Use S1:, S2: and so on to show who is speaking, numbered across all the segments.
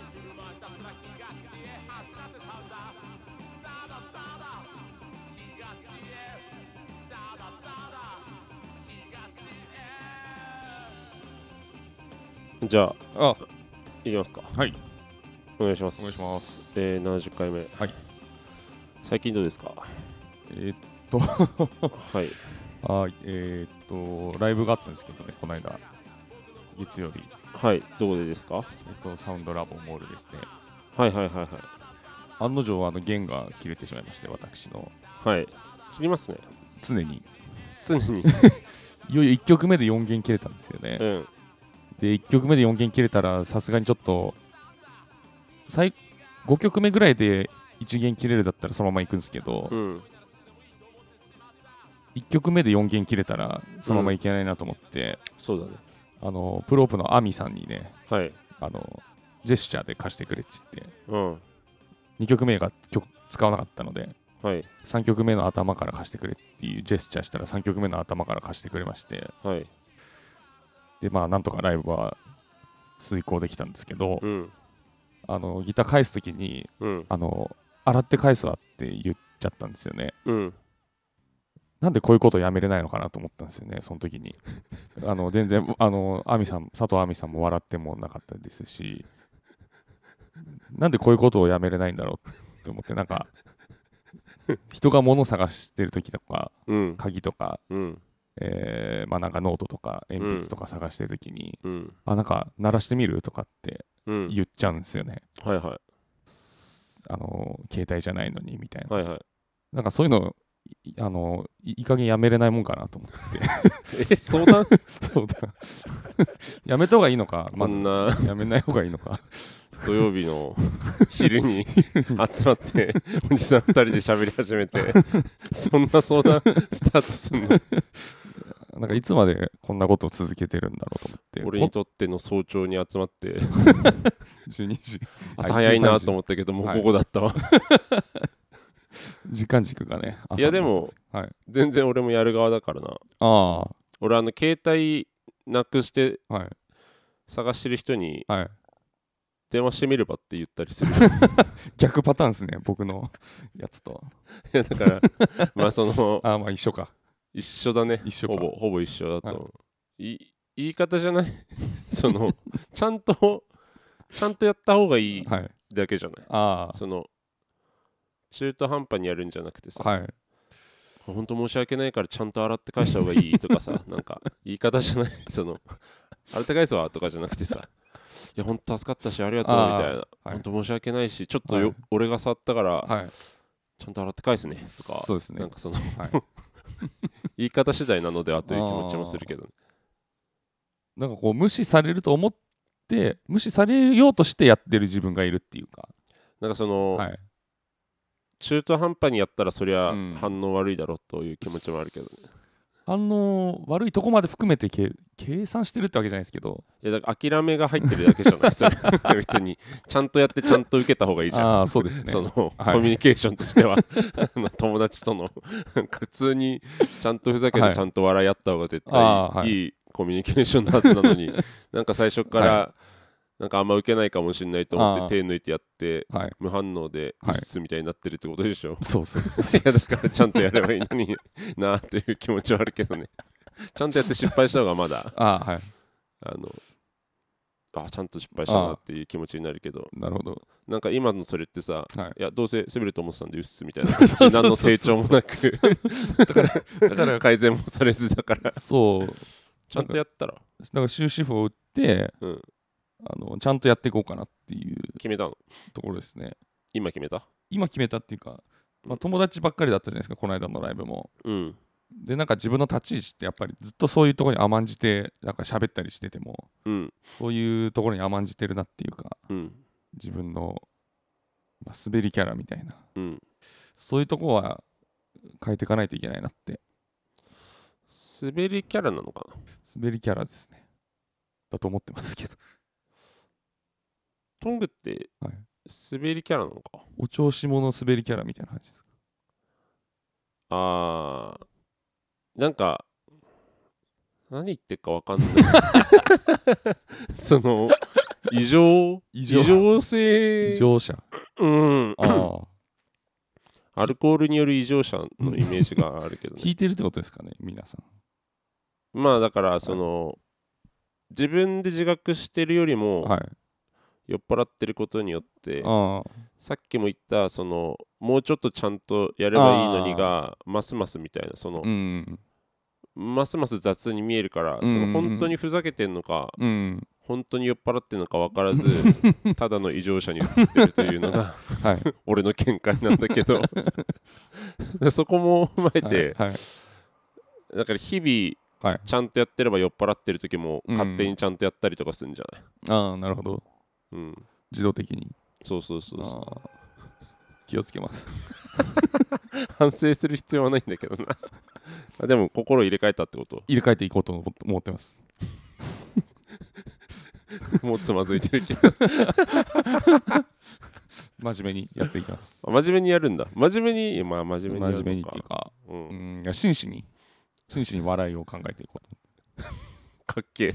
S1: から東へ走らせたんだただただ東へただただ東へ
S2: じゃあ、
S3: あ
S2: いきますか。
S3: はい
S2: お願いします。
S3: お願いします。
S2: えー、70回目。
S3: はい。
S2: 最近どうですか
S3: えーっと
S2: はい。
S3: あえーっとライブがあったんですけどねこの間月曜日、
S2: はい。どこでですかは
S3: えーっとサウンドラボモールですね
S2: いはいはいはい。
S3: 案の定あの弦が切れてしまいまして私の
S2: はい。切りますね。
S3: 常に
S2: 常に。
S3: いよいよ1曲目で4弦切れたんですよね
S2: うん。
S3: で1曲目で4弦切れたらさすがにちょっと最5曲目ぐらいで1弦切れるだったらそのまま行くんですけど、
S2: うん。
S3: 1曲目で4弦切れたらそのままいけないなと思って、
S2: そうだね。
S3: あのプロープのアミさんにね
S2: はい。
S3: あのジェスチャーで貸してくれって言って
S2: うん。
S3: 2曲目が曲使わなかったので
S2: はい。
S3: 3曲目の頭から貸してくれっていうジェスチャーしたら3曲目の頭から貸してくれまして
S2: はい。
S3: でまあなんとかライブは遂行できたんですけど、
S2: うん。
S3: あのギター返す時に
S2: うん。
S3: あの洗って返すわって言っちゃったんですよね
S2: うん。
S3: なんでこういうことやめれないのかなと思ったんですよねそ の時にあの全然あの亜美さん佐藤亜美さんも笑ってもなかったですしなんでこういうことをやめれないんだろうって思ってなんか人が物探してる時とか
S2: うん。
S3: 鍵とか、
S2: うん。
S3: えーまあ、なんかノートとか鉛筆とか探してる時に、
S2: うん。
S3: あなんか鳴らしてみるとかって
S2: うん。
S3: 言っちゃうんですよね、
S2: はいは。
S3: あの携帯じゃないのにみたいない
S2: はいはい。
S3: なんかそういうの、いあの、いいい加減やめれないもんかなと思って。
S2: え、相 談
S3: そうだ。 やめた方がいいのか、
S2: こ
S3: まず
S2: ん。な
S3: やめない方がいいのか。
S2: 土曜日の昼に集まって、おじさん二人で喋り始めて、そんな相談スタートす んの
S3: なんかいつまでこんなことを続けてるんだろうと思って。
S2: 俺
S3: ほ
S2: に
S3: ん
S2: とっての早朝に集まって
S3: 12時。
S2: 朝早いなと
S3: 思
S2: 思ったけどもう
S3: はい
S2: ここだったわ、
S3: 時間軸がね。朝
S2: いやでも
S3: はい。
S2: 全然俺もやる側だからな
S3: あ
S2: 俺あの携帯なくして
S3: あ、はい。
S2: 探してる人に
S3: はい。
S2: 電話してみればって言ったりす るい
S3: 逆パターンですね、僕のやつと。
S2: やだからまあその
S3: ああ、まあ一緒か。
S2: 一緒だね
S3: 一緒か
S2: ほぼほぼ一緒だと思う、い言い方じゃない そのちゃんとちゃんとやった方がいい
S3: はい。
S2: だけじゃない
S3: あ
S2: その中途半端にやるんじゃなくてさ
S3: あ、はい。
S2: 本当申し訳ないからちゃんと洗って返した方がいいとか さなんか言い方じゃない その洗って返すわとかじゃなくてさいや本当助かったしありがとうみ
S3: あー
S2: たいな、
S3: はい
S2: 本当申し訳ないしちょっとよ、
S3: はい
S2: 俺が触ったから
S3: はい。
S2: ちゃんと洗って返すねとか、
S3: そうですね
S2: なん。かその
S3: はい。
S2: 言い方次第なのではという気持ちもするけどね
S3: なんかこう無視されると思って無視されようとしてやってる自分がいるっていうか、
S2: なんかその、
S3: はい、
S2: 中途半端にやったらそりゃ
S3: うん
S2: 反応悪いだろうという気持ちもあるけどね、
S3: 反応悪いとこまで含めてけ計算してるってわけじゃないですけど
S2: いやだから諦めが入ってるだけじゃないそれ 別にちゃんとやってちゃんと受けた方がいいじゃん
S3: ああーそうですね
S2: その、コミ
S3: はい
S2: ュニケーションとして はあの友達とのなんか普通にちゃんとふざけ
S3: は
S2: て
S3: い
S2: ちゃんと笑い合った方が絶
S3: あーは
S2: 対
S3: い
S2: いいコミュニケーションのはずなの になんか最初からなんかあんま受けないかもしれないと思
S3: あ
S2: っ
S3: ー
S2: て手抜いてやって
S3: はい
S2: 無反応でう
S3: は
S2: っ
S3: い
S2: すみたいになってるってことでしょ
S3: そうそうそう
S2: いやだからちゃんとやればいいのになあっていう気持ちはあるけ どねちゃんとやって失敗した方がまだ
S3: ああはい
S2: あのあちゃんと失敗したなっていう気持ちになるけど
S3: なるほど
S2: なんか今のそれってさ
S3: はい
S2: やどうせ攻めると思ってたんでうっすみたいな感じ
S3: そう
S2: で
S3: そ
S2: 何
S3: うそう
S2: の成長もなく
S3: いだから
S2: だから改善もされずだから
S3: そう
S2: ちゃんとやったら
S3: だから終止符を打って、
S2: うん
S3: あのちゃんとやっていこうかなっていう
S2: 決めたの
S3: ところですね
S2: 今決めた
S3: 今決めたっていうか、まあ、友達ばっかりだったじゃないですかこの間のライブも
S2: うん
S3: でなんか自分の立ち位置ってやっぱりずっとそういうところに甘んじてなんか喋ったりしてても
S2: うん
S3: そういうところに甘んじてるなっていうか
S2: うん
S3: 自分の、まあ、滑りキャラみたいな
S2: うん
S3: そういうとこは変えていかないといけないなって
S2: 滑りキャラなのかな
S3: 滑りキャラですねだと思ってますけど、
S2: トングって
S3: はい、
S2: 滑りキャラなのか
S3: お調子者滑りキャラみたいな感じですか
S2: あーなんか 何言ってるかわかんないその異常
S3: 異常
S2: 性
S3: 異常 者。
S2: うん
S3: ああ。
S2: アルコールによる異常者のイメージがあるけど
S3: 聞
S2: ね
S3: いてるってことですかね、皆さん。
S2: まあだからその自分で自覚してるよりも
S3: はい。
S2: 酔っ払ってることによって
S3: ああ。
S2: さっきも言ったそのもうちょっとちゃんとやればいいのにがますますみたいなその
S3: うん。
S2: ますます雑に見えるから
S3: うん
S2: その本当にふざけてんのか
S3: うん。
S2: 本当に酔っ払ってんのか分からず ただの異常者に映ってるというのが
S3: はい。
S2: 俺の見解なんだけど そこも踏まえて、
S3: はい。はい
S2: だから日々、
S3: はい
S2: ちゃんとやってれば酔っ払ってる時も
S3: うん
S2: 勝手にちゃんとやったりとかするんじゃない、
S3: ああ、なるほど。
S2: うん
S3: 自動的に。
S2: そうそうそうそう
S3: ああ気をつけます。
S2: 反省する必要はないんだけどな あでも心入れ替えたってこと
S3: 入れ替えていこうと思ってます。
S2: もうつまずいてるけ ど
S3: 真面目にやっていきます。
S2: 真面目にやるんだ真面目にまあ真
S3: 真
S2: 面目にやるのか
S3: 面目にっていうか、
S2: う、
S3: うんん、いや真摯に、真摯に笑いを考えていこうと。
S2: かっけえ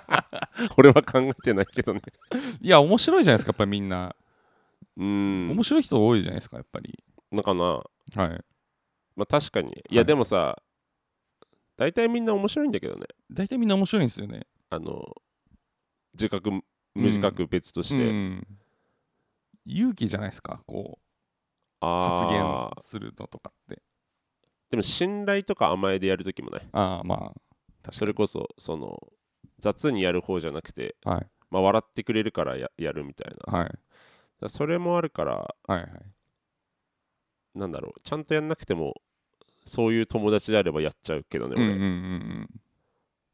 S2: 俺は考えてないけどね
S3: いや、面白いじゃないですか、やっぱりみんな。
S2: うん
S3: 面白い人多いじゃないですか、やっぱり。
S2: のかな
S3: はい。
S2: まあ確かにい
S3: は
S2: や
S3: い
S2: でもさ、大体みんな面白いんだけどね
S3: 大体みんな面白いんですよね。
S2: あの自覚無自覚別として、
S3: うん。勇気じゃないですか、こう、
S2: あ
S3: 発
S2: ー
S3: 言するのとかって。
S2: でも信頼とか甘えでやるときもない
S3: ああ、まあ、
S2: そ
S3: 確
S2: れこそその雑にやる方じゃなくて、
S3: かに。はい。
S2: まあ、笑ってくれるからややるみたいなだか
S3: はい。
S2: らそれもあるから
S3: はいはい。
S2: なんだろうちゃんとやんなくてもそういう友達であればやっちゃうけどね
S3: うんう
S2: 俺、
S3: んうんうん。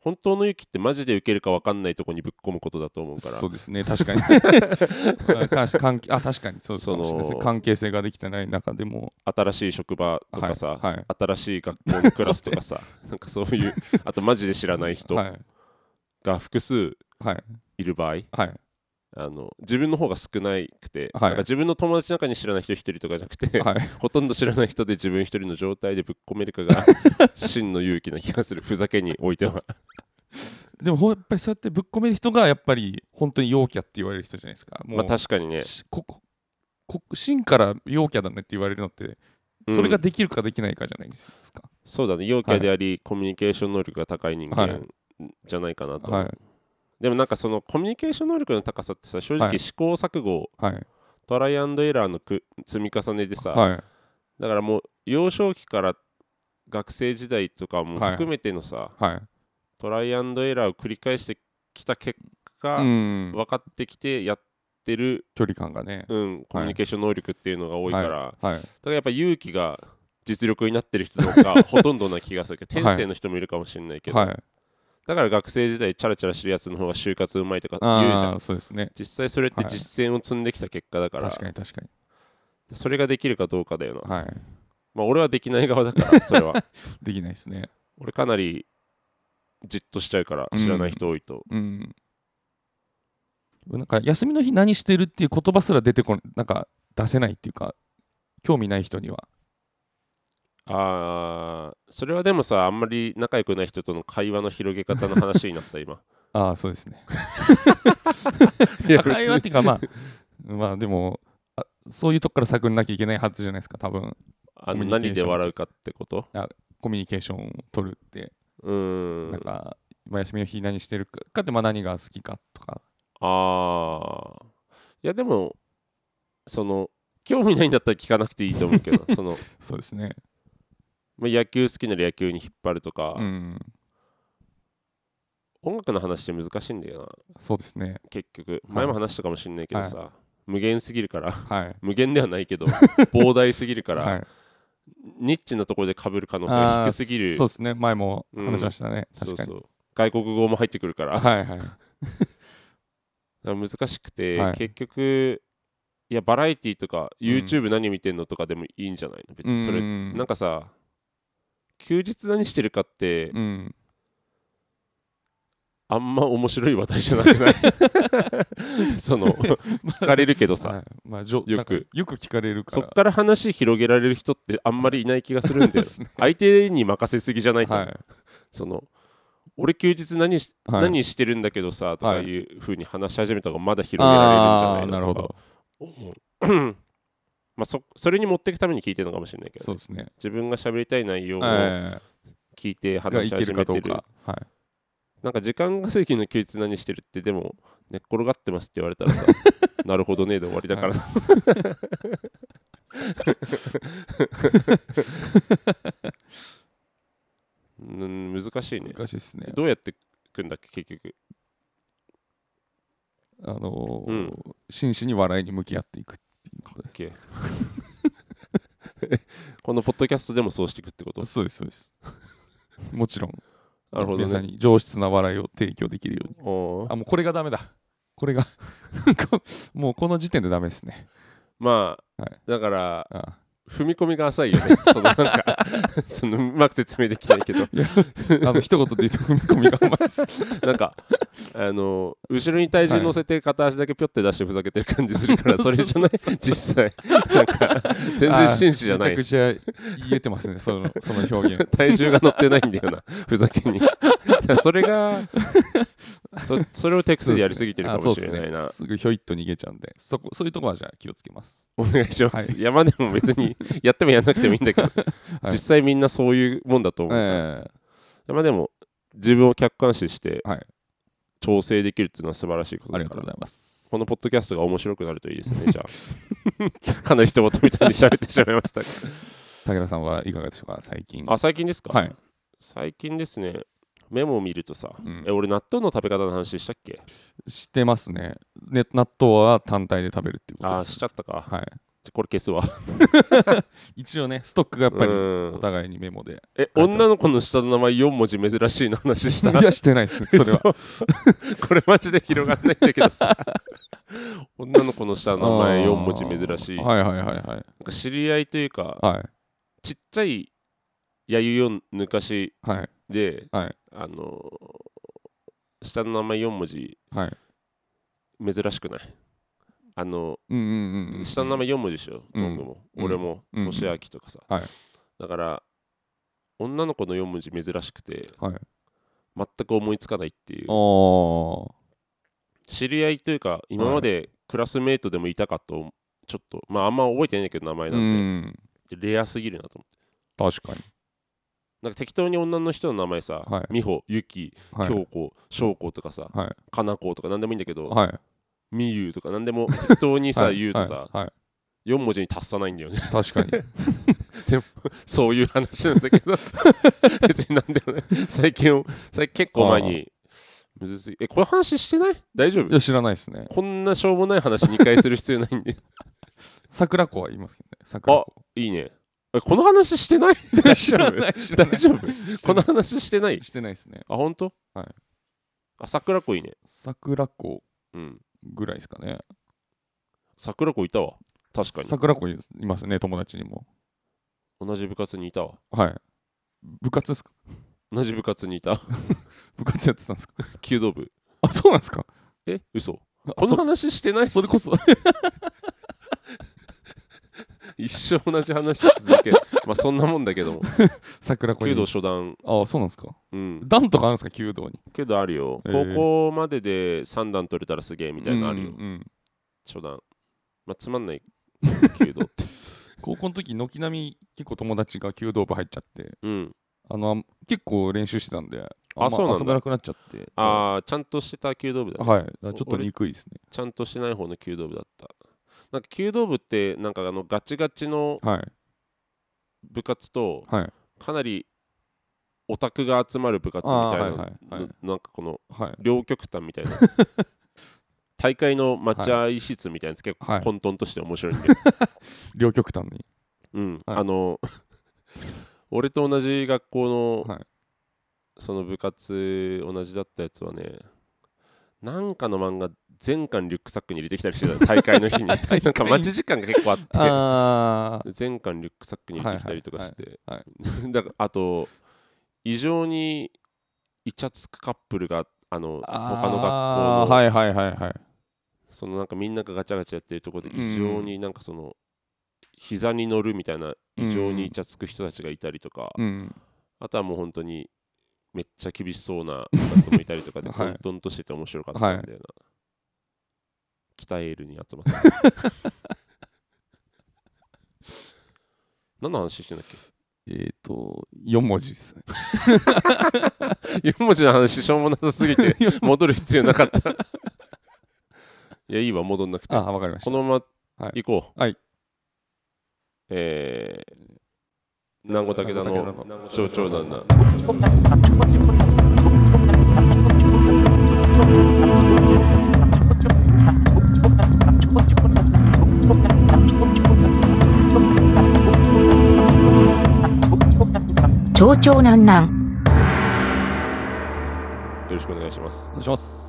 S2: 本当の勇気ってマジで受けるか分かんないとこにぶっ込むことだと思うから
S3: そうですね、確か に。あ関し関係あ確かにそうかもしれないで
S2: そ
S3: すね
S2: の
S3: 関係性ができてない中でも、
S2: 新しい職場とかさ、
S3: はいはい
S2: 新しい学校のクラスとか さなんかそういうあとマジで知らない人
S3: はい。
S2: が複数
S3: はい。
S2: いる場合、
S3: はい。
S2: あの自分の方が少なくて、
S3: は
S2: な
S3: い
S2: んか自分の友達の中に知らない人一人とかじゃなくて、
S3: はい。
S2: ほとんど知らない人で自分一人の状態でぶっ込めるか が真の勇気な気がするふざけにおいては
S3: でもほやっぱりそうやってぶっ込める人がやっぱり本当に陽キャって言われる人じゃないですか。もう、
S2: まあ確かにね
S3: しこここ真から陽キャだねって言われるのって、
S2: うん
S3: それができるかできないかじゃないですか。
S2: そうだね陽キャであり、コミュニケーション能力が高い人
S3: は
S2: 間
S3: い
S2: じゃないかなと、
S3: はい。
S2: でもなんかそのコミュニケーション能力の高さってさ正
S3: は
S2: 直
S3: い
S2: 試行錯誤、
S3: はい。
S2: トライアンドエラーのく積み重ねでさ、
S3: はい。
S2: だからもう幼少期から学生時代とかも含めてのさ、
S3: はい。
S2: トライアンドエラーを繰り返してきた結果、
S3: うん。
S2: 分かってきてやってる、
S3: 距離感がね。
S2: うん、コミュニケーション能力っていうのが多いから、だ
S3: はい。
S2: からやっぱ勇気が実力になってる人の方 がほとんどな気がするけど
S3: はい
S2: 天性の人もいるかもしれないけど、
S3: はい。
S2: だから学生時代チャラチャラしてるやつの方が就活うまいとか言うじゃ
S3: あ
S2: ん
S3: あ、そうですね。
S2: 実際それって
S3: はい
S2: 実践を積んできた結果だから、
S3: 確かに確かに。
S2: それができるかどうかだよな、
S3: はい。
S2: まあ俺はできない側だ からそれは
S3: できないですね。
S2: 俺かなりじっとしちゃうから知らない人多いと、
S3: うん。なんか休みの日何してるっていう言葉すら出てこない、なんか出せないっていうか、興味ない人には。
S2: ああそれはでもさあんまり仲良くない人との会話の広げ方の話になった今
S3: ああ、そうですね。
S2: いや別
S3: 会話っ
S2: に
S3: ていうか、まあ、まあでもあ、そういうとこから探んなきゃいけないはずじゃないですか、多分
S2: あ
S3: コ
S2: の
S3: ミュニケ
S2: 何
S3: ーシ
S2: で
S3: ョン
S2: 笑うかってこと
S3: コミュニケーションを取るって、
S2: うーん
S3: なんか、まあ、休みの日何してるかかって、まあ、何が好きかとか。
S2: ああいやでもその興味ないんだったら聞かなくていいと思う けどその、
S3: そうですね。
S2: まあ、野球好きなら野球に引っ張るとか、
S3: うん。
S2: 音楽の話って難しいんだよな
S3: そうですね。
S2: 結局前も話したかもしれないけどさ、無限すぎるから
S3: はい。
S2: 無限ではないけ ど膨大すぎるから、
S3: はい、
S2: ニッチなところで被る可能性
S3: あ
S2: が
S3: ー
S2: 低すぎる
S3: そうですね。前も話しましたね。
S2: そう
S3: 確かに。
S2: そう外国語も入ってくるからだか
S3: は いはい。
S2: ら難しくて、
S3: はい
S2: 結局いやバラエティとか
S3: ん
S2: YouTube 何見てんのとかでもいいんじゃないの別にそれ、
S3: うん
S2: なんかさ休日何してるかって、
S3: うん。
S2: あんま面白い話題じゃなく ないその聞かれるけどさ、
S3: はいまあ、じょ
S2: よく
S3: よくよく聞かれるか
S2: そっ
S3: ら。
S2: から話広げられる人ってあんまりいない気がするんだ
S3: で
S2: よ
S3: すね。
S2: 相手に任せすぎじゃないと、
S3: はい。
S2: その俺休日何し、
S3: はい
S2: 何してるんだけどさとか
S3: はい
S2: いうふうに話し始めた方がまだ広げられるんじゃ
S3: あ
S2: な
S3: あ
S2: い
S3: ー、
S2: の
S3: なるほ
S2: とか
S3: ど。
S2: 思う まあそそれに持っていくために聞いてるのかもしれないけど
S3: そ
S2: ね、
S3: うですね。
S2: 自分が喋りたい内容を
S3: え
S2: 聞いて
S3: えが
S2: 話
S3: い
S2: し
S3: け
S2: 始
S3: るか
S2: め
S3: ど
S2: て
S3: う
S2: る
S3: か。はい。
S2: なんか時間が正規の休日何してるってでも寝っ転がってますって言われたら さなるほどねで終わりだからなうん難しいね
S3: 難しいですね。
S2: どうやってくんだっけ結局
S3: あのー
S2: うん
S3: 真摯に笑いに向き合っていくっていうことです。
S2: OK このポッドキャストでもそうしていくってこと
S3: そうです、そうです。 もちろん、
S2: なるほど
S3: 皆さん
S2: ね
S3: に上質な笑いを提供できるように。
S2: おー
S3: あ、もうこれがダメだ。これが こ、もうこの時点でダメですね。
S2: まあ、
S3: はい
S2: だから
S3: あ
S2: 踏み込みが浅いよねそのなんか そのうまく説明できないけど
S3: ーあの、一言で言うと踏み込みが甘いです。
S2: なんかあの後ろに体重乗せて片足だけぴょって出してふざけてる感じするから、それじゃない実際なんか 全然紳士じゃな
S3: めちゃく
S2: い
S3: ちゃ言えてますね、そのその 表現。
S2: 体重が乗ってないんだよなふざけにだからそ れがそそれを手癖でやりすぎてるかもしれないな、
S3: あそうっすねすぐひょいっと逃げちゃうんで、そこそういうとこはじゃあ気をつけます。
S2: お願いします、、
S3: はい
S2: やまあでも別にやってもやんなくてもいいんだけど、
S3: はい
S2: 実際みんなそういうもんだと思うから、
S3: え
S2: まあでも自分を客観視して
S3: はい
S2: 調整できるっていうのは素晴らしいこと
S3: ーあり
S2: だ
S3: が
S2: か
S3: とう
S2: ら
S3: ございます。
S2: このポッドキャストが面白くなるといいですね、じゃあ。 かの一言みたいに喋ってしまいましたが。
S3: 武田さんはいかがでしょうか、最近。
S2: あ、最近ですか、
S3: はい。
S2: 最近ですね、メモを見るとさ、
S3: うん
S2: え、俺納豆の食べ方の話したっけ
S3: 知ってますねね。納豆は単体で食べるっていうこと
S2: あ
S3: で
S2: ー、
S3: す。
S2: しちゃったか。
S3: はい、
S2: じゃこれ消すわ。
S3: 一応ね、ストックがやっぱ
S2: う
S3: り
S2: ん
S3: お互いにメモで。
S2: え、女の子の下の名前4文字珍しいの話した。
S3: いや、してない ですね、それは。
S2: 嘘これマジで広がんないんだけど さ。女の子の下の名前4文字珍しい。
S3: あ
S2: な
S3: ー
S2: ん
S3: はいはいはいはい。
S2: か知り合いというか、
S3: はい
S2: ちっちゃいやゆよぬかし
S3: はい
S2: で、
S3: はい
S2: あのー下の名前4文字
S3: はい。
S2: 珍しくないあの、
S3: うんうんうんうん。
S2: 下の名前4文字でしょ、
S3: うん
S2: トングも、
S3: うん
S2: 俺も、
S3: うん
S2: 年明とかさ、
S3: はい
S2: だから女の子の4文字珍しくて
S3: はい。
S2: 全く思いつかないっていう
S3: おー
S2: 知り合いというか今までクラスメートでもいたかとちょっとまああんま覚えてないんだけど名前
S3: う
S2: なん
S3: ん。
S2: て、レアすぎるなと思って
S3: 確かに。
S2: なんか適当に女の人の名前さ、
S3: はい
S2: 美穂ゆき
S3: はい、
S2: 京子翔子とかさ、
S3: はい
S2: かなこうとか何でもいいんだけど、
S3: はい。
S2: みゆうとか何でも適当にさ、
S3: はい
S2: 言うとさ、
S3: はいはい
S2: 4文字に達さないんだよね
S3: 確かに。
S2: そういう話なんだけど 別になんでもない最近最近結構前にむずすぎえこれ話してない大丈
S3: い
S2: 夫
S3: や、知らないですね。
S2: こんなしょうもない話2回する必要ないんで
S3: 桜子は言いますけどね。桜子。
S2: いいねえこの話して ない大丈夫
S3: い。知ら
S2: 大
S3: ない
S2: 丈夫
S3: して
S2: この
S3: ない
S2: 話して ない
S3: してないですね。
S2: あ本当
S3: はい
S2: あ桜子いいね
S3: 桜子
S2: うん
S3: ぐらいですかね。
S2: 桜子いたわ確かに
S3: 桜子いますね、友達にも。
S2: 同じ部活にいたわ
S3: はい。部活ですか
S2: 同じ部活にいた
S3: 部活やってたんですか
S2: 弓道部
S3: あ、そうなんですか
S2: え嘘こ
S3: こ
S2: の
S3: の話
S2: 話してない
S3: それこそ。
S2: 一生同じ話し続ける まあそんなもんだけど も
S3: 桜子
S2: 弓
S3: に
S2: 道初段
S3: あそうなんですか
S2: うん
S3: 段とかあるんですか弓道に
S2: 弓道あるよ、
S3: えー
S2: 高校までで3段取れたらすげえみたいなのあるよ、
S3: うんうんうん
S2: 初段まあつまんない 弓道って
S3: 高校の時軒並み結構友達が弓道部入っちゃって
S2: うん
S3: あのあん結構練習してたんであ
S2: あ
S3: んま
S2: そうなんだ
S3: 遊べなくなっちゃって
S2: ああちゃんとしてた弓道部だ、ね、
S3: はいだからちょっと憎いですね
S2: ちゃんとしてない方の弓道部だったなんか弓道部ってなんかあのガチガチの
S3: はい
S2: 部活と
S3: はい
S2: かなりオタクが集まる部活みたいな、
S3: あーはいはいはい
S2: なんかこの
S3: はい
S2: 両極端みたい な大会の待合室みたいなやつ結
S3: は
S2: 構
S3: い
S2: 混沌として面 白いんだよ、
S3: 両極端に
S2: うん、
S3: はい
S2: あの 俺と同じ学校の、
S3: はい
S2: その部活同じだったやつはねなんかの漫画全巻リュックサックに入れてきたりして た大会の日になんか待ち時間が結構あって
S3: あ
S2: 全巻リュックサックに入れてきたりとかして、
S3: はい
S2: だからあと異常にイチャつくカップルがあの
S3: あ
S2: 他の学校の
S3: はいはいはいはい
S2: そのなんかみんながガチャガチャやってるところで
S3: うん
S2: 異常になんかその膝に乗るみたいな
S3: うん
S2: 異常にイチャつく人たちがいたりとか
S3: うん
S2: あとはもう本当にめっちゃ厳しそう なやつもいたりとかで、
S3: はい
S2: 混沌としてて面白かったんだよな。北エールに集まった。 何の話してんだっけ
S3: えっ、と、4文字ですね。
S2: ?4 文字の話しょうもなさすぎ て戻る必要なか った。いや、いいわ、戻んなくて。
S3: あ、わかりました
S2: こ。のまま
S3: はい
S2: 行こう。
S3: はい
S2: えー、南後武田の象徴なんだ。
S4: 長々なんなん。
S2: よろしくお願いします
S3: お。願いします。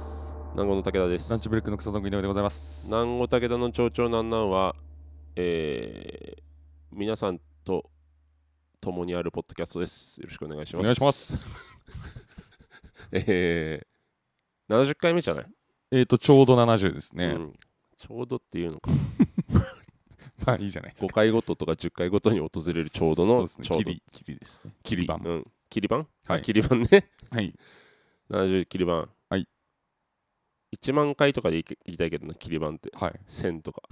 S2: 南後の武田です
S3: ラン。チブレイクのクソドング井上でございます。
S2: 南後武田の町長なんなんは、えー皆さんと共にあるポッドキャストです。よろしくお願いします。
S3: お願いしま。す。
S2: えー、70回目じゃない、
S3: えっ、と、ちょうど70ですね。
S2: うんちょうどっていうのか、
S3: まあいいじゃないです
S2: 5
S3: か。
S2: 回ごととか10回ごとに訪れるちょうど
S3: そう
S2: の
S3: ですね
S2: ちょう
S3: キ
S2: ど
S3: リ、キリですね。キリ版。
S2: うん。切り板
S3: はい
S2: あ切り板ね。
S3: はい。
S2: 70切り板。
S3: はい。
S2: 1万回とかでいきいきたいけどな、切り板って。
S3: はい。
S2: 1000とか。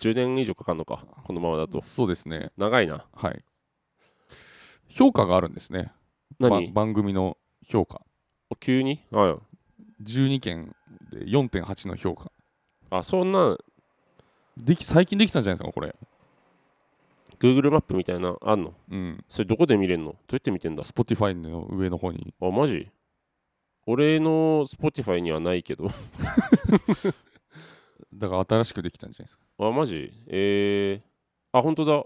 S2: 10年以上かかんのか、このままだと。
S3: そうですね。
S2: 長いな。
S3: はい。評価があるんですね。
S2: 何、
S3: ば番組の評価。
S2: 急にあ
S3: 12件で4.8の評価。
S2: あ、そんな
S3: でき最近できたんじゃないですか、これ。
S2: Google マップみたいな、あんの
S3: うん。
S2: それどこで見れんのどうやって見てんだ
S3: Spotify の上の方に。
S2: あ、マジ俺の Spotify にはないけど。
S3: だから新しくできたんじゃないですか。
S2: あ、マジえー。あ、本当だ。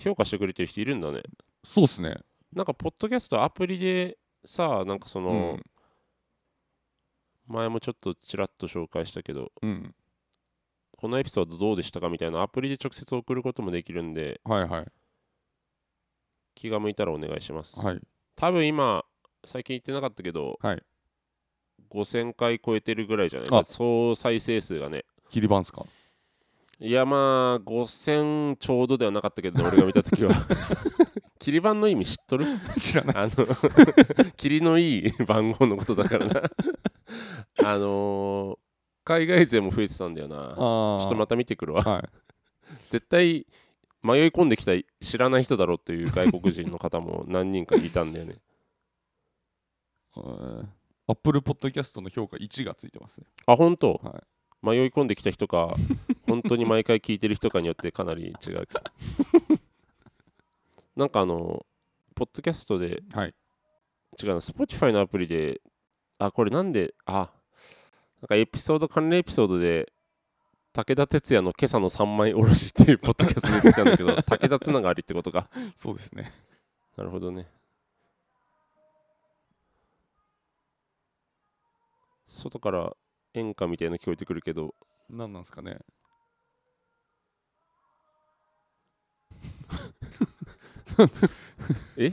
S2: 評価してくれてる人いるんだね。
S3: そうですね。
S2: なんか、ポッドキャストアプリでさ、なんかその、
S3: うん
S2: 前もちょっとちらっと紹介したけど、
S3: うん。
S2: このエピソードどうでしたかみたいなアプリで直接送ることもできるんで、
S3: はいはい。
S2: 気が向いたらお願いします。
S3: はい。
S2: 多分今、最近言ってなかったけど、
S3: はい
S2: 5000回超えてるぐらいじゃない
S3: あ
S2: 総再生数がね。
S3: キリ版ですか。
S2: いやまあ5000ちょうどではなかったけど ね俺が見た時は切り番の意味知っとる
S3: 知らない
S2: あの霧のいい番号のことだから なあのー海外勢も増えてたんだよな
S3: あ
S2: ちょっとまた見てくるわ
S3: た。はい。
S2: 絶対迷い込んできた知らない人だろうっていう外国人の方も何人かいたんだよね
S3: アップルポッドキャストの評価1がついてますね。
S2: あ本当、
S3: は
S2: 迷い込んできた人 か本当に毎回聞いてる人かによってかなり違うけど なんかあのポッドキャストで
S3: はい。
S2: 違うな、Spotify のアプリで、あ、これなんで、あ、なんかエピソード、関連エピソードで、武田鉄矢の今朝の三枚おろしっていうポッドキャスト出てきたんだけど、武田つながりってことか。
S3: そうですね。
S2: なるほどね。外から演歌みたいなの聞こえてくるけど、
S3: 何なんですかね。
S2: え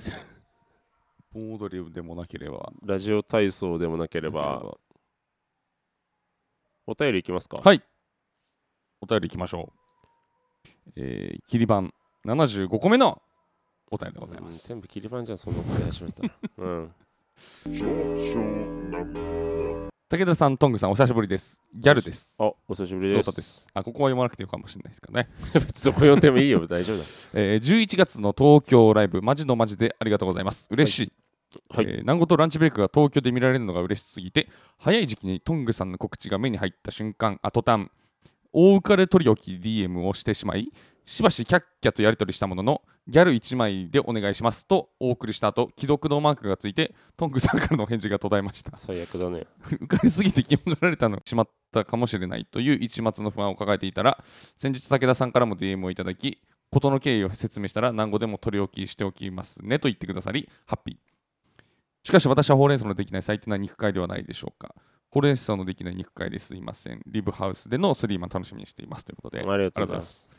S3: 盆踊りでもなければ。
S2: ラジオ体操でもなければ、お便りいきますか。
S3: はいお便りいきましょう。えー、キリ版75個目のお便りでございます。
S2: うん全部切り番じゃん、そんなことやり始めたら。 うん。
S3: 武田さん、トングさん、お久しぶりです。ギャルです。
S2: あ、お久しぶり
S3: ゾ
S2: で
S3: ウタ
S2: す。
S3: です。あ、ここは読まなくてよかもしれないですかね。
S2: 別にどこ呼んでもいいよ、大丈夫だ。
S3: えー、11月の東京ライブ、マジのマジでありがとうございます。嬉しい。
S2: はい
S3: えー南国とランチブレイクが東京で見られるのが嬉しすぎて、早い時期にトングさんの告知が目に入った瞬間、後端、大浮かれ取り置き DM をしてしまい、しばしキャッキャとやり取りしたものの、ギャル1枚でお願いしますとお送りした後、既読のマークがついて、トングさんからのお返事が途絶えました。
S2: 最悪だね。
S3: 浮かれすぎて気もがられたのしまったかもしれないという一末の不安を抱えていたら先日武田さんからも DM をいただき事の経緯を説明したら何語でも取り置きしておきますねと言ってくださりハッピーしかし私はほうれん草のできない最低な肉塊ではないでしょうかほうれん草のできない肉塊ですいませんリブハウスでのスリーマン楽しみにしていますということで
S2: ありがとうございます
S3: す。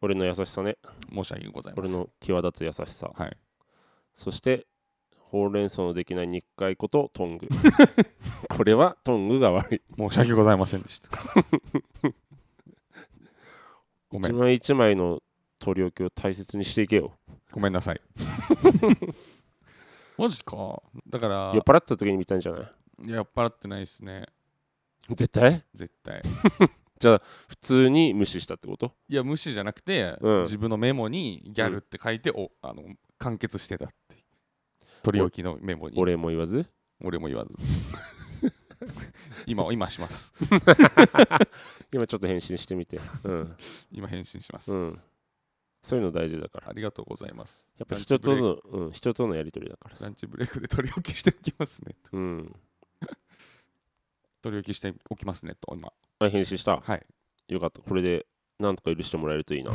S2: 俺の優しさね。
S3: 申し訳ございま
S2: 俺
S3: せん
S2: の際立つ優しさ。
S3: はい
S2: そして、ほうれん草のできない肉塊ことト ング。これはトングが悪い。
S3: 申し訳ございませんでしたごめ
S2: 一
S3: ん
S2: 枚一枚の取り置きを大切にしていけよ。
S3: ごめんなさい マジか。だから
S2: 酔っ、払ってた時に見たんじゃない
S3: いや酔っ払ってないですね、
S2: 絶対
S3: 絶対。
S2: 普通に無視したってこと
S3: いや、無視じゃなくて、
S2: うん
S3: 自分のメモにギャルって書いて、おあの完結してたって。取り置きのメモに俺
S2: 俺も言わず
S3: も言 わず。今は今します。
S2: 今ちょっと返信してみてうん
S3: 今返信します。
S2: うんそういうの大事だから
S3: ありがとうございます。
S2: やっぱ人との、うん、人とのやり取りだから
S3: ラ
S2: さ
S3: ンチブレイクで取り置きしておきますねと。
S2: うん
S3: 取り置きしておきますねと、今。
S2: あ返信した
S3: はい。
S2: よかったこれでなんとか許してもらえるといいな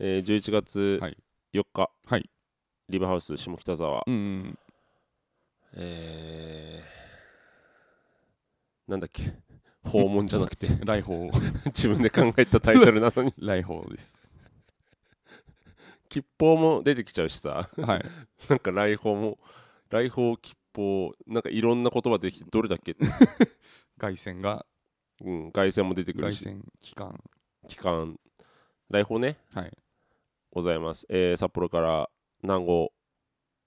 S2: えー、11月
S3: はい
S2: 4日、
S3: はい
S2: リバハウス下北沢、
S3: うんうん。
S2: えーなんだっけ訪問じゃなくて
S3: 来訪、
S2: 自分で考えたタイトルな のに
S3: 来訪です。
S2: 吉報も出てきちゃうしさ
S3: はい。
S2: なんか来訪も来訪吉報なんかいろんな言葉できてどれだっけ、
S3: 凱旋が、
S2: うん、凱旋も出てく
S3: 凱
S2: るし
S3: 旋期間。
S2: 期間来訪ね
S3: はい。
S2: ございます、えー札幌から南郷、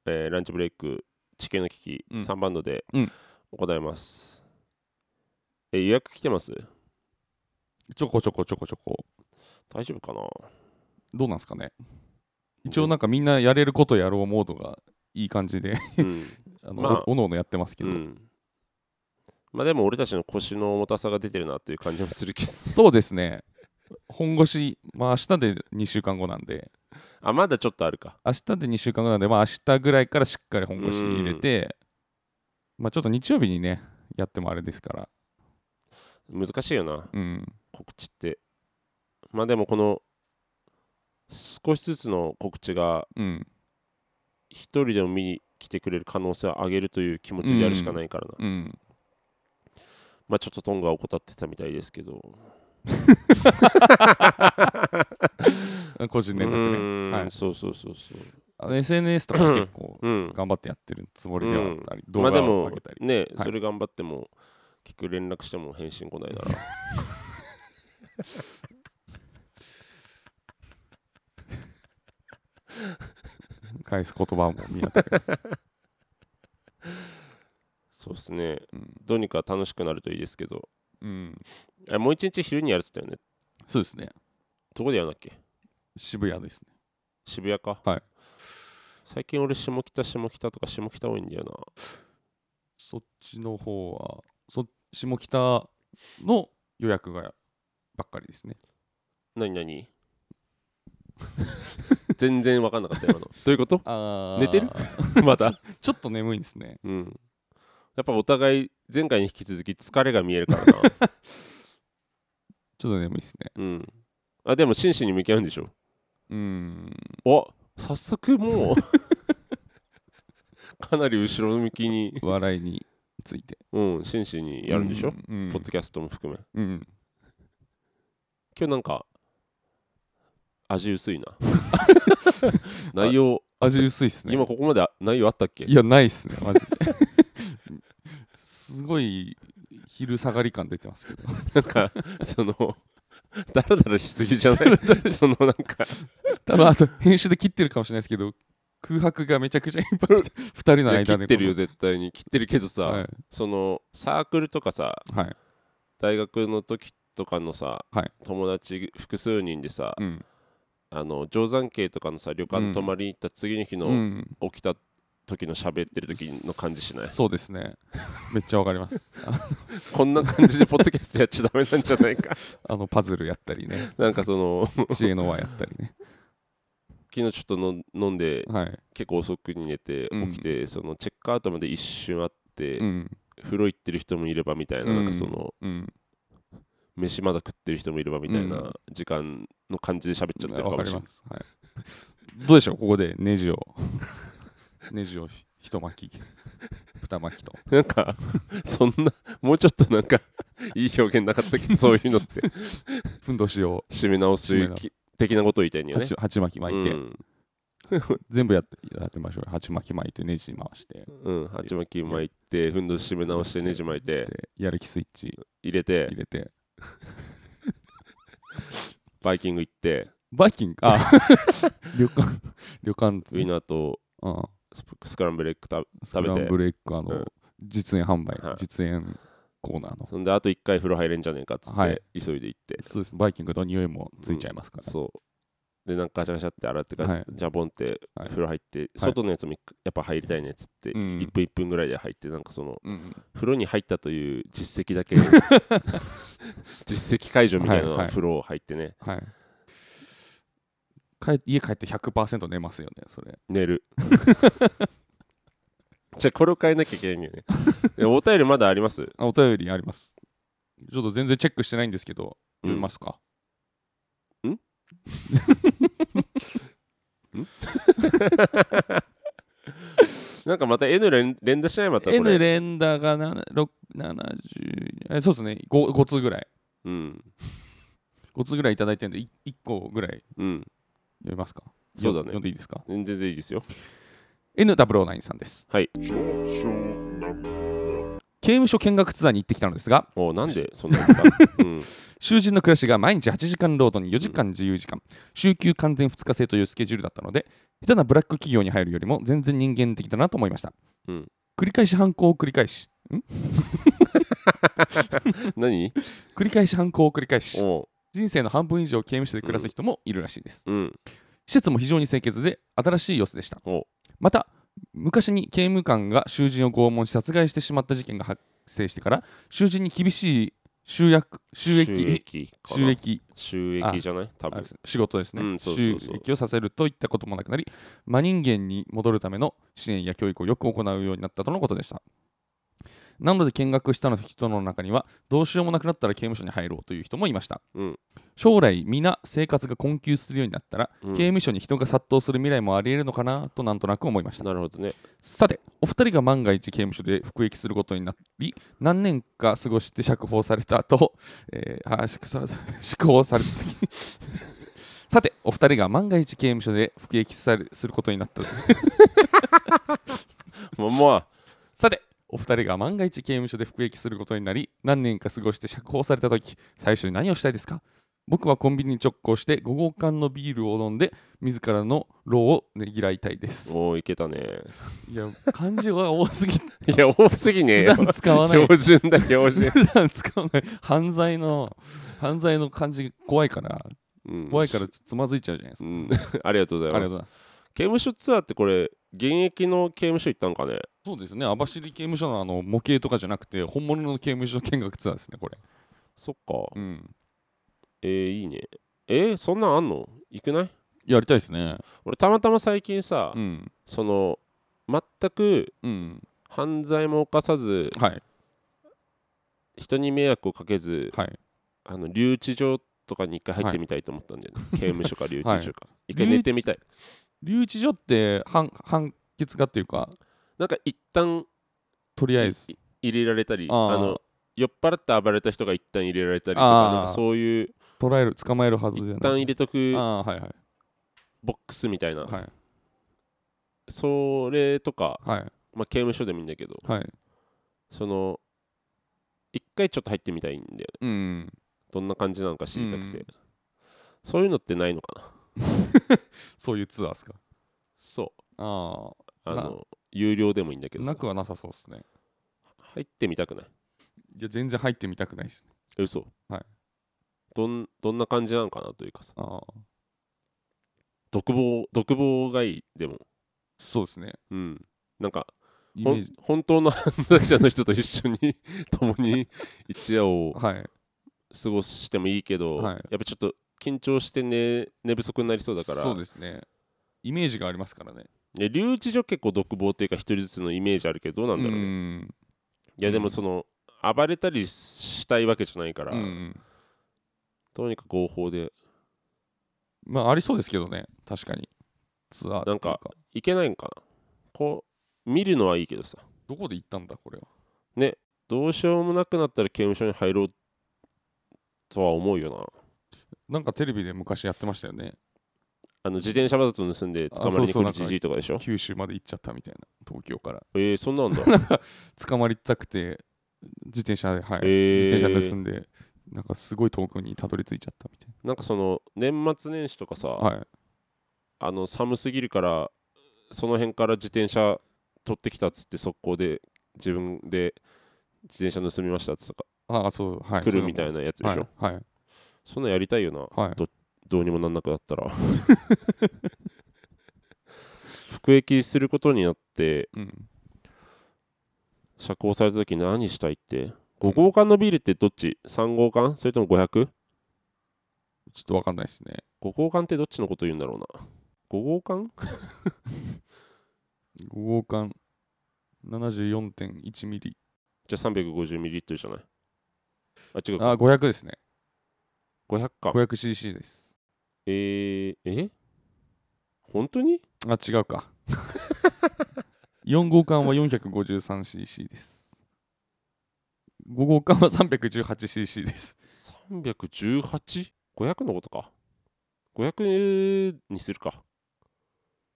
S2: えーランチブレイク地形の危機
S3: うん
S2: 3バンドで
S3: うん
S2: 行います、えー予約来てます
S3: ちょこちょこちょこちょこ。
S2: 大丈夫かな
S3: どうなんすかね一応なんかみんなやれることやろうモードがいい感 じで
S2: うん
S3: あの、
S2: まあ
S3: おおのおのやってますけど、
S2: うん、まあでも俺たちの腰の重たさが出てるなっていう感じもするけど
S3: そうですね本腰まあ明日で2週間後なんで
S2: あまだちょっとあるか
S3: 明日で2週間後なんでまあ明日ぐらいからしっかり本腰入れて、まあちょっと日曜日にねやってもあれですから
S2: 難しいよな
S3: うん
S2: 告知ってまあでもこの少しずつの告知が
S3: うん
S2: 一人でも見に来てくれる可能性を上げるという気持ちでやるしかないからな、
S3: うん
S2: まあちょっとトンガを怠ってたみたいですけど
S3: 個人
S2: う
S3: 連絡
S2: ん、
S3: ねはい
S2: そうそうそうそ
S3: あの SNS とか結構
S2: ううん
S3: 頑張ってやってるつもりではあったり、動
S2: まあ
S3: 画
S2: で
S3: を
S2: も
S3: 上げたり、
S2: ね、
S3: はい
S2: それ頑張っても結局連絡しても返信来ないなら
S3: 返す言葉も見当たります、
S2: そうですね
S3: うん
S2: どうにか楽しくなるといいですけど
S3: うん、
S2: あもう一日昼にやるっつったよね
S3: そうですね
S2: どこでやるんだっけ
S3: 渋谷ですね
S2: 渋谷か
S3: はい
S2: 最近俺下北下北とか下北多いんだよな
S3: そっちの方はそ下北の予約がばっかりですね
S2: 何何 全然分かんなかった今のどういうこと
S3: あ
S2: ー寝て るまた
S3: ちょっと眠いんですね
S2: うんやっぱお互い前回に引き続き疲れが見えるから な
S3: ちょっと眠いですね
S2: うんあでも真摯に向き合うんでしょ
S3: うーん
S2: お早速 もうかなり後ろ向きに、
S3: 笑いについて
S2: うん、真摯にやるんでしょ、
S3: うんうん
S2: ポッドキャストも含め
S3: うん
S2: 今日なんか味薄い な内容、
S3: 味薄いっすね
S2: 今ここまで内容あったっけ
S3: いやないっすねマ ジですごい昼下がり感出てますけど
S2: なんかそのダラダラしすぎじゃないそのなんか
S3: 多分あと編集で切ってるかもしれないですけど空白がめちゃくちゃいっぱい2人の
S2: いや
S3: 間で
S2: 切
S3: この
S2: ってるよ絶対に切ってるけどさ、
S3: はい
S2: そのサークルとかさ
S3: はい
S2: 大学の時とかのさ、
S3: はい
S2: 友達複数人でさ、
S3: うん
S2: あの定山渓とかのさ旅館泊まりに行った次の日の、
S3: うん
S2: 起きた時の喋ってる時の感じしない
S3: そうですね めっちゃわかります
S2: こんな感じでポッドキャストやっちゃダメなんじゃない か
S3: あのパズルやったり ね
S2: なんかその
S3: 知恵の輪やったりね
S2: 昨日ちょっとの飲んで
S3: はい、
S2: 結構遅くに寝て
S3: うん
S2: 起きて、そのチェックアウトまで一瞬あって、
S3: うん
S2: 風呂行ってる人もいればみたいな,、なんかその
S3: うん、
S2: 飯まだ食ってる人もいればみたいうなん時間の感じで喋っちゃってるか
S3: わ
S2: も
S3: か
S2: し
S3: り
S2: れない
S3: ま、す、はい、どうでしょうここで ネジをネジをひ一巻き二巻きと
S2: なんか そんなもうちょっとなんか いい表現なかったけ どそういうのって
S3: ふんどしを
S2: 締め直す
S3: 締め直す
S2: き的なことを言いたいんだよね
S3: 八八巻き巻いて、
S2: うん
S3: 全部やってやってみましょう八巻き巻いてネジ回して
S2: うん、鉢巻き巻いて、ふんどし締め直して、ネジ巻いて、
S3: でやる気スイッチ
S2: 入れて
S3: 入、れて
S2: バイキング行って、
S3: バイキングあ旅館旅館
S2: ウィナーと
S3: うん
S2: スプスクランブルエッグ食べ
S3: スク
S2: 食
S3: ラ
S2: べ
S3: ン
S2: て
S3: ブルエッグあの、
S2: うん
S3: 実演販売、
S2: はい
S3: 実演コーナーの
S2: そんであと1回風呂入れんじゃねえかっつって、
S3: はい
S2: 急いで行って
S3: そうですバイキングの匂いもついちゃいますから、
S2: そうでなんかガシャガシャって洗ってガシャ、
S3: はい
S2: じゃあボンって
S3: はい
S2: 風呂入って、外のやつも一回やっぱ入りたいねっつって、
S3: うん
S2: 1分1分ぐらいで入ってなんかその
S3: うん
S2: 風呂に入ったという実績だ け実績解除みたい
S3: はいは
S2: ない風呂入ってね、
S3: はい帰家帰って100%寝ますよねそれ
S2: 寝 るじゃあこれを変えなきゃいけないんだよねいやお便りまだあります、
S3: あお便りありますちょっと全然チェックしてないんですけど
S2: うん
S3: 読みますか、
S2: んなんかまた N 連連打しないまたこれ
S3: N 連打がなろ70えそうですね 5, 5通ぐらい
S2: うん
S3: 5通ぐらいいただいてるんで 1, 個ぐらい
S2: うん
S3: 読みますか
S2: そうだね
S3: よ読んでいいですか
S2: 全然いいですよ
S3: N009 さんです
S2: はい
S3: 刑務所見学ツアーに行ってきたのですが
S2: おなんでそんなのか、うん、
S3: 囚人の暮らしが毎日8時間労働に4時間自由時間週休完全2日制というスケジュールだったので下手なブラック企業に入るよりも全然人間的だなと思いました、
S2: うん
S3: 繰り返し犯行を繰り返しん
S2: 何
S3: 繰り返し犯行を繰り返し
S2: お
S3: 人生の半分以上刑務所で暮らす人もいるらしいです、
S2: ううん
S3: 施設も非常に清潔で新しい様子でした
S2: お
S3: また昔に刑務官が囚人を拷問し殺害してしまった事件が発生してから囚人に厳しい収約収益
S2: 収益かな
S3: 収益
S2: 収益じゃない多
S3: あれ
S2: 分
S3: ですね仕事ですね、
S2: うんそうそうそう
S3: 収益をさせるといったこともなくなり真人間に戻るための支援や教育をよく行うようになったとのことでしたなので見学した人の中にはどうしようもなくなったら刑務所に入ろうという人もいました、
S2: うん
S3: 将来皆生活が困窮するようになったら、
S2: うん
S3: 刑務所に人が殺到する未来もありえるのかなとなんとなく思いました
S2: なるほどね
S3: さてお二人が万が一刑務所で服役することになり何年か過ごして釈放された後、えー、あー釈さ釈放された時 さてお二人が万が一刑務所で服役されすることになった
S2: まあま
S3: さてお二人が万が一刑務所で服役することになり何年か過ごして釈放された時最初に何をしたいですか僕はコンビニに直行して5号缶のビールを飲んで自らの労をねぎらいたいです
S2: あおいけたね
S3: いや漢字が多すぎて
S2: いや多すぎ ねえよ
S3: 普段使わない
S2: 標準だ標 準、
S3: 普段使わない犯罪の犯罪の感じ怖いから
S2: うん、
S3: 怖いからちょっとつまずいちゃうじゃないです
S2: う
S3: か、
S2: んありがとうござい
S3: あ
S2: ます
S3: りがとうございます
S2: 刑務所ツアーってこれ現役の刑務所行ったんかね
S3: そうですね網走刑務所のあの模型とかじゃなくて本物の刑務所見学ツアーですねこれ
S2: そっか
S3: うん
S2: えー、いいねえー、そんなんあんの行くない
S3: やりたいですね
S2: 俺たまたま最近さ、
S3: うん
S2: その全く
S3: うん
S2: 犯罪も犯さず
S3: はい
S2: 人に迷惑をかけず
S3: はい
S2: あの留置場とかに一回入ってみたいと思ったんだよ ね、刑務所か留置所か、一回
S3: 留置
S2: 寝てみたい
S3: 留置所って判判決がっていうか
S2: なんか一旦
S3: とりあえず
S2: い入れられたり
S3: あー
S2: あの酔っ払って暴れた人が一旦入れられたりとか
S3: あー
S2: なんかそういう
S3: 捉える捕まえるはずじゃない
S2: 一旦入れとく
S3: ああーはいはい
S2: ボックスみたいな、
S3: はい
S2: それとか、
S3: はい
S2: まあ、刑務所でもいいんだけど
S3: はい
S2: その一回ちょっと入ってみたいんだよね
S3: うん
S2: どんな感じなのか知りたくて、
S3: うん
S2: そういうのってないのかな
S3: そういうツアーですか
S2: そう
S3: あ
S2: あ
S3: な
S2: の有料でもいいんだけ
S3: あ
S2: どさ
S3: なくはなさそうですね
S2: 入ってみたくない
S3: いや全然入ってみたくないですね
S2: 嘘
S3: はい
S2: どんどんな感じなのかなというかさ
S3: ああ
S2: 独房独房がいいでも
S3: そうですね
S2: うんなんか
S3: イメ
S2: ほん
S3: ージ
S2: 本当の犯罪者の人と一緒に 共に一夜を
S3: はい
S2: 過ごしてもいいけど、
S3: はい
S2: やっぱちょっと緊張して寝寝不足になりそうだから
S3: そうですねイメージがありますからね
S2: いや留置所結構独房っていうか一人ずつのイメージあるけどどうなんだろうね、
S3: ん
S2: いやで
S3: う
S2: も
S3: ん
S2: その暴れたりしたいわけじゃないから、
S3: うんうん
S2: とにかく合法で
S3: まあありそうですけどね確かにツアーっていう
S2: なんいけないんかなこう見るのはいいけどさ
S3: どこで行ったんだこれは
S2: どうしようもなくなったら刑務所に入ろうとは思うよな
S3: なんかテレビで昔やってましたよね
S2: あの自転車わざと盗んで捕まりに来るじじいとかでしょ
S3: 九州まで行っちゃったみたいな東京から
S2: えー、そんなんだ
S3: 捕まりたくて自転車ではい、
S2: えー
S3: 自転車盗んでなんかすごい遠くにたどり着いちゃったみたい
S2: なんかその年末年始とかさ、
S3: なはい
S2: あの寒すぎるからその辺から自転車取ってきたっつって速攻で自分で自転車盗みましたっつって
S3: ああ、そう、はい。
S2: 来るみた
S3: ない
S2: なやつでしょ、
S3: はい。はい。
S2: そんなんやりたいよな
S3: はい
S2: どうにもなんなくなった ら服役することになって
S3: うん、
S2: 釈放された時何したいって5号館のビールってどっち ?3 号館それとも 500?5
S3: ちょっとわかんないですね。
S2: 号館ってどっちのこと言うんだろうな5号館
S3: 5号館74.1ミリ。
S2: じゃあ 350ml じゃないあ違うか
S3: ああ、500ですね。
S2: 500か
S3: 500cc です。
S2: えー、え本当に
S3: あ、違うか。4号館は 453cc です。5号館は 318cc です。
S2: 318?500 のことか500にするか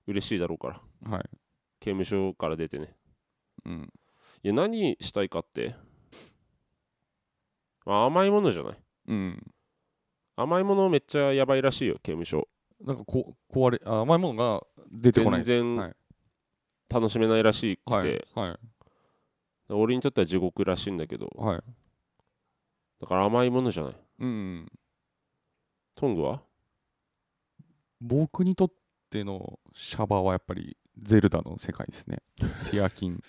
S2: 嬉しいだろうから
S3: はい。
S2: 刑務所から出てね
S3: うん。
S2: いや何したいかってあ甘いものじゃない
S3: うん。
S2: 甘いものめっちゃやばいらしいよ刑務所
S3: なんかこ壊れ、あ甘いものが出てこない。
S2: 全然、
S3: はい
S2: 楽しめないらしくて、
S3: はい。はい。
S2: 俺にとっては地獄らしいんだけど
S3: はい。
S2: だから甘いものじゃない
S3: うん。
S2: トングは
S3: 僕にとってのシャバはやっぱりゼルダの世界ですね。ティア キン。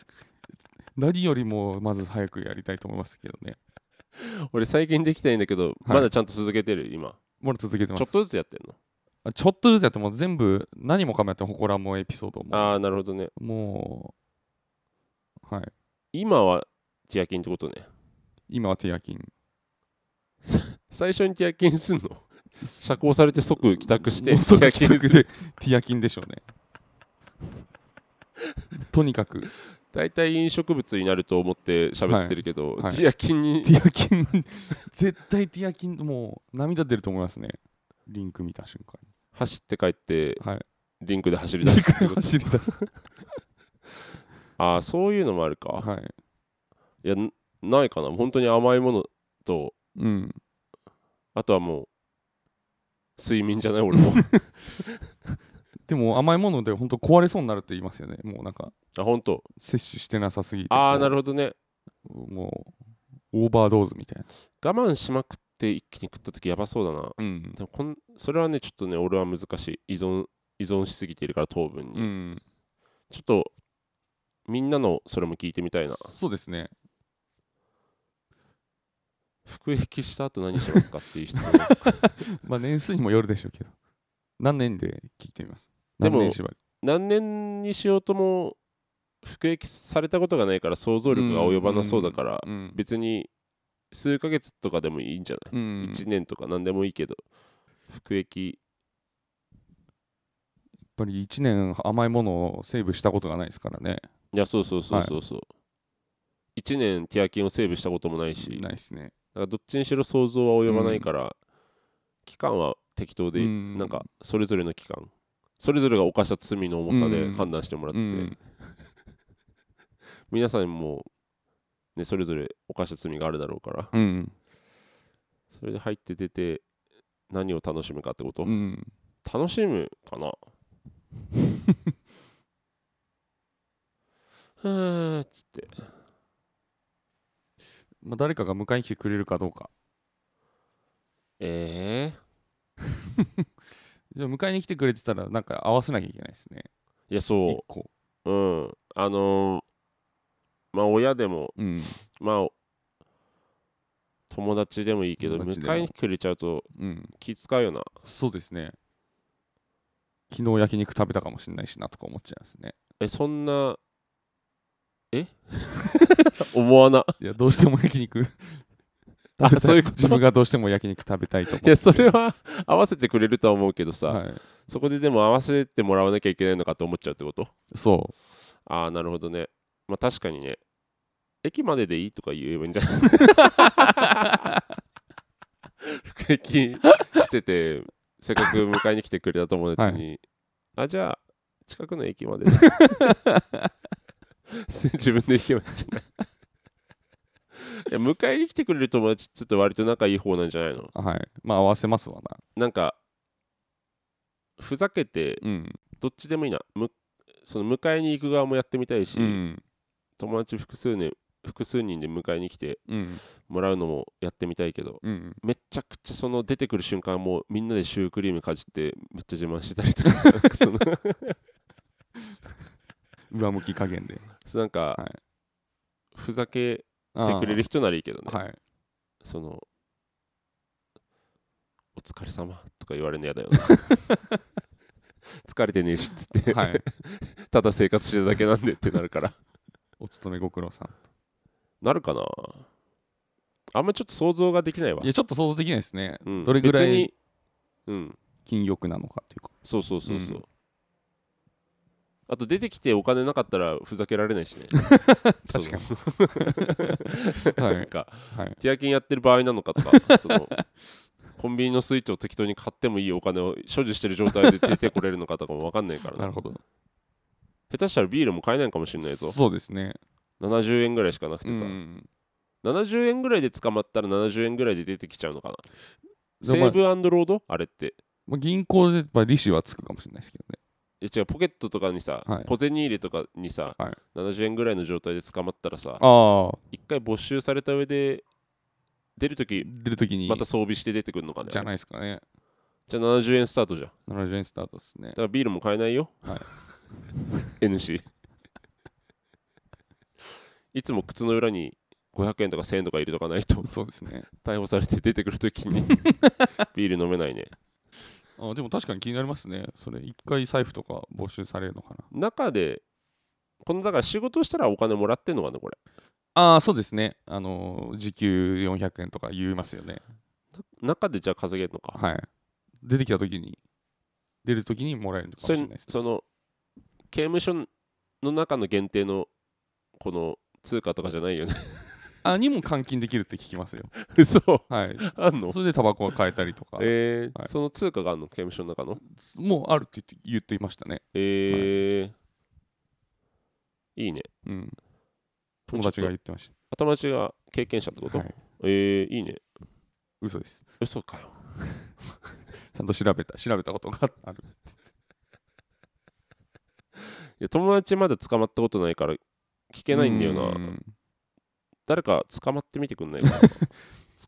S3: 何よりもまず早くやりたいと思いますけどね。
S2: 俺最近できたいんだけど、まだちゃんと続けてる今
S3: まだ続けてます。
S2: ち
S3: ち
S2: ょっとずつやってんの
S3: ょちょっとずつやってもう全部何もかもやっても祠もエピソードも。
S2: ああなるほどね
S3: もう、はい。
S2: 今はティアキンってことね
S3: 今はティアキン。
S2: 最初にティアキンすんの釈放されて即帰宅して
S3: もうすぐ
S2: ティアキンする
S3: 帰宅でティアキンでしょうね。とにかく、
S2: 大体飲食物になると思って喋ってるけど、
S3: いはい
S2: ティアキンに
S3: ティアキン、絶対ティアキン、もう涙出ると思いますね。リンク見た瞬間に。
S2: 走って帰って
S3: はい。
S2: リンクで走り
S3: リ
S2: 出
S3: ン
S2: すってこ
S3: クで
S2: と
S3: 走り出す。
S2: ああそういうのもあるか、
S3: はい。
S2: い、やんないかな本当に甘いものと
S3: うん。
S2: あとはもう睡眠じゃない俺 も
S3: でも甘いもので本当壊れそうになるって言いますよね。もうなんか
S2: あ本当
S3: 摂取してなさすぎて。
S2: ああなるほどね
S3: ほど。もうオーバードーズみたいな。
S2: 我慢しまくって一気に食った時やばそうだな
S3: うん
S2: でもこんそれはねちょっとね俺は難しい依存依存しすぎているから糖分に、
S3: うん。
S2: ちょっとみんなのそれも聞いてみたいな
S3: そうですね。
S2: 服役した後何しますかっていう質 問
S3: まあ年数にもよるでしょうけど。何年で聞いてみます。
S2: でも
S3: 何年縛り
S2: 何年にしようとも服役されたことがないから想像力が及ばなそうだから、
S3: うん。
S2: 別に数ヶ月とかでもいいんじゃない、
S3: うん、
S2: 1
S3: やっ
S2: 年とか何でもいいけど服役
S3: ぱり1年甘いものをセーブしたことがないですからね。
S2: いやそうそうそうそうそう、1年ティアキンをセーブしたこともないし
S3: ないですね。
S2: だからどっちにしろ想像は及ばないから、期間は適当で、
S3: うん
S2: なんかそれぞれの期間それぞれが犯した罪の重さ
S3: う
S2: で
S3: ん
S2: 判断してもらって、
S3: うん。
S2: 皆さんも、ね、それぞれ犯した罪があるだろうから
S3: うん。
S2: それで入って出て何を楽しむかってこと、
S3: うん。
S2: 楽しむか なふーっつって
S3: まあ誰かが迎えに来てくれるかどうか。
S2: ええ
S3: じゃあ迎えに来てくれてたらなんか合わせなきゃいけないですね。
S2: いやそ
S3: 一個。
S2: ううんあのーまあ親でも
S3: うん。
S2: まあ友達でもいいけど
S3: 友達でも
S2: 迎えに来てくれちゃうと
S3: うん。
S2: 気使うよな
S3: そうですね。昨日焼肉食べたかもしれないしなとか思っちゃいますね。
S2: えそんなえ 思 わない
S3: や、どうしても焼肉食べたい。
S2: そういうこと
S3: 自分がどうしても焼肉食べたいと思って。
S2: いやそれは合わせてくれるとは思うけどさ、
S3: はい。
S2: そこででも合わせてもらわなきゃいけないのかと思っちゃうってこと
S3: そ
S2: ああなるほどねまあ確かにね駅まででいいとか言えばいいんじゃない服役しててせっかく迎えに来てくれた友達に、あじゃあ近くの駅まで 自分で行けばいいんじゃない いや迎えに来てくれる友達ちょっと割と仲いい方なんじゃないの
S3: う。はい。まあ合わせますわな。
S2: なんかふざけて
S3: うん。
S2: どっちでもいいなむその迎えに行く側もやってみたいし、
S3: うん
S2: 友達複数年複数人で迎えに来て
S3: うん
S2: もらうのもやってみたいけど
S3: うん
S2: めちゃくちゃその出てくる瞬間もうみんなでシュークリームかじってめっちゃ自慢してたりとかなんかその
S3: 上向き加減で
S2: そうなんか、
S3: はい
S2: ふざけ
S3: あ
S2: て
S3: ー
S2: くれる人ならいいけどね、
S3: はい
S2: その「お疲れ様とか言われるの嫌だよ な疲れてねえしっつって、
S3: はい
S2: ただ生活してるだけなんでってなるから
S3: お勤めご苦労さん
S2: なるかなあんまちょっと想像ができないわ
S3: いやちょっと想像できないですね
S2: うん
S3: どれぐらい
S2: 別にうん
S3: 金欲なのかっていうか
S2: そうそうそうそう、
S3: うん
S2: あと出てきてお金なかったらふざけられないしね
S3: 確かに
S2: その
S3: はい
S2: なんか
S3: はい
S2: 手焼きやってる場合なのかと かそのコンビニのスイッチを適当に買ってもいいお金を所持してる状態で出てこれるのかとかも分かんないから
S3: な
S2: ね
S3: るほど
S2: 下手したらビールも買えないかもしれないぞ
S3: そうですね
S2: 70円ぐらいしかなく
S3: う
S2: てさ、
S3: ん
S2: 70円ぐらいで捕まったら70円ぐらいで出てきちゃうのかな
S3: で
S2: セ
S3: もま
S2: ー
S3: あ
S2: ブロードあれって
S3: まあ銀行でやっぱ利子はつくかもしれないですけどね
S2: え違うポケットとかにさ、
S3: はい
S2: 小銭入れとかにさ、
S3: はい
S2: 70円ぐらいの状態で捕まったらさ
S3: ああ
S2: 一回没収された上で出るとき
S3: 出るときに
S2: また装備して出てくるのかね
S3: じゃないですかね
S2: じゃあ70円スタートじゃんだ
S3: 70円スタートですね
S2: からビールも買えないよ、
S3: はい
S2: NC いつも靴の裏に500円とか1000円とか入れとかないと
S3: そうですね
S2: 逮捕されて出てくると きにビール飲めないね
S3: あでも確かに気になりますねそれ一回財布とか募集されるのかな
S2: 中でこのだから仕事したらお金もらってんのかなこれ
S3: ああそうですねあのー時給400円とか言いますよね
S2: 中でじゃあ稼げるのか
S3: はい出てきた時に出る時にもらえるのかもし
S2: そ
S3: れ
S2: れ
S3: ないです
S2: その刑務所の中の限定のこの通貨とかじゃない よね
S3: あにも換金できるって聞きますよ
S2: 嘘
S3: はい
S2: あんの
S3: それでタバコを買えたりとか
S2: えー
S3: はい
S2: その通貨があんの刑務所の中の
S3: もうあるって言って言っていましたね
S2: えーいいね
S3: うん友達が言ってまし
S2: あ友達が経験者ってこと、
S3: たはい
S2: えーいいね
S3: 嘘です
S2: 嘘かよ
S3: ちゃんと調べた調べたことがある
S2: いや友達まだ捕まったことないから聞けないんだよ
S3: う
S2: なん誰か捕まってみてくんないかな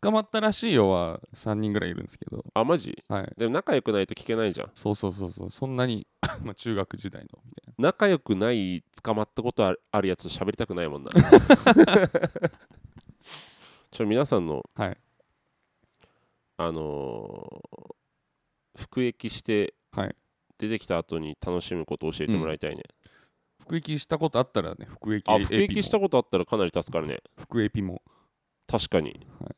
S3: 捕まったらしいよは3人ぐらいいるんですけど
S2: あマジ
S3: はい
S2: でも仲良くないと聞けないじゃん
S3: そうそうそうそうそんなに まあ中学時代のみたいな
S2: 仲良くない捕まったことあるあるやつと喋りたくない もんなちょ皆さんの、
S3: はい
S2: あのー服役して
S3: はい
S2: 出てきた後に楽しむことを教えてもらいたいね、
S3: 服役したことあったらね服役
S2: あ服役した
S3: こ
S2: ことあったらかなり助かるね
S3: と服エピも
S2: 確かに、
S3: は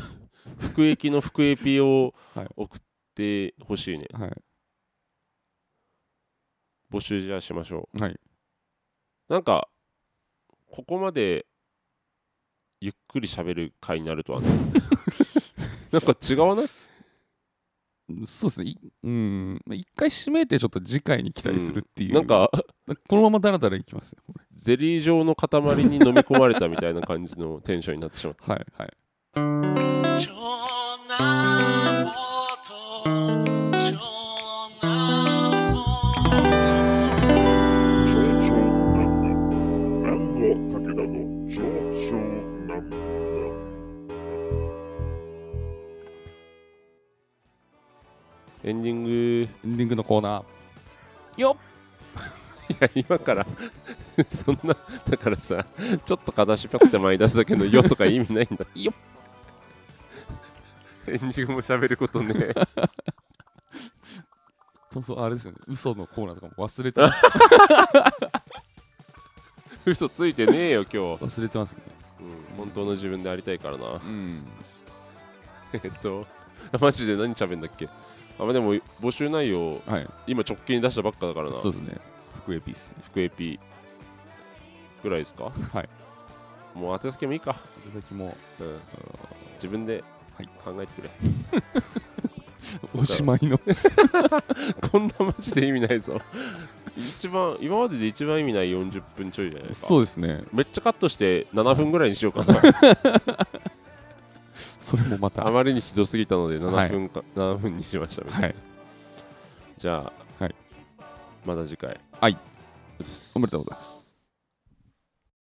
S2: 服役の服 AP を
S3: はい
S2: 送ってほしいね
S3: はい
S2: 募集じゃあしましょう
S3: はい
S2: なんかここまでゆっくり喋る回になる とはねなんか違わない
S3: そうですねいうんまあ一回締めてちょっと次回に期待するっていう、
S2: なんか
S3: このままダラダラいきますねこれ
S2: ゼリー状の塊に飲み込まれたみたいな感じのテンションになってしまっ
S3: はいはい
S1: 貴重なこと貴重なもの
S4: 少々難波南郷武田の少々難波
S2: たエンディング
S3: エンディングのコーナ
S2: いや今から そんなだからさちょっと片足ぴょって前に出すだけの「よ」とか意味ないんだ よエンディングも喋ることね
S3: ーそうそうあれですよね嘘のコーナーとかも忘れ てます
S2: 嘘ついてねえよ今日、
S3: 忘れてますね
S2: うん、本当の自分でありたいからな
S3: うん
S2: えっと、 マジで何喋んだっけあ、まあでも募集内容、
S3: はい
S2: 今直近に出したばっかだからな、
S3: そうですね服エピですね
S2: 福エピぐらいですか
S3: はい
S2: もう宛先もいいか、
S3: それ先も
S2: うん、自分で
S3: はい
S2: 考えてくれ。
S3: おしまいの
S2: こんなマジで意味ないぞ。一番、今までで一番意味ない40分ちょいじゃないですか。
S3: そうですね
S2: めっちゃカットして7分ぐらいにしようかな。
S3: それもまた
S2: あまりにひどすぎたので
S3: はい
S2: 7分か、7分にしましたみたいな
S3: はい
S2: じゃあ、
S3: はい
S2: また次回。
S3: はい
S2: おめでとうございます。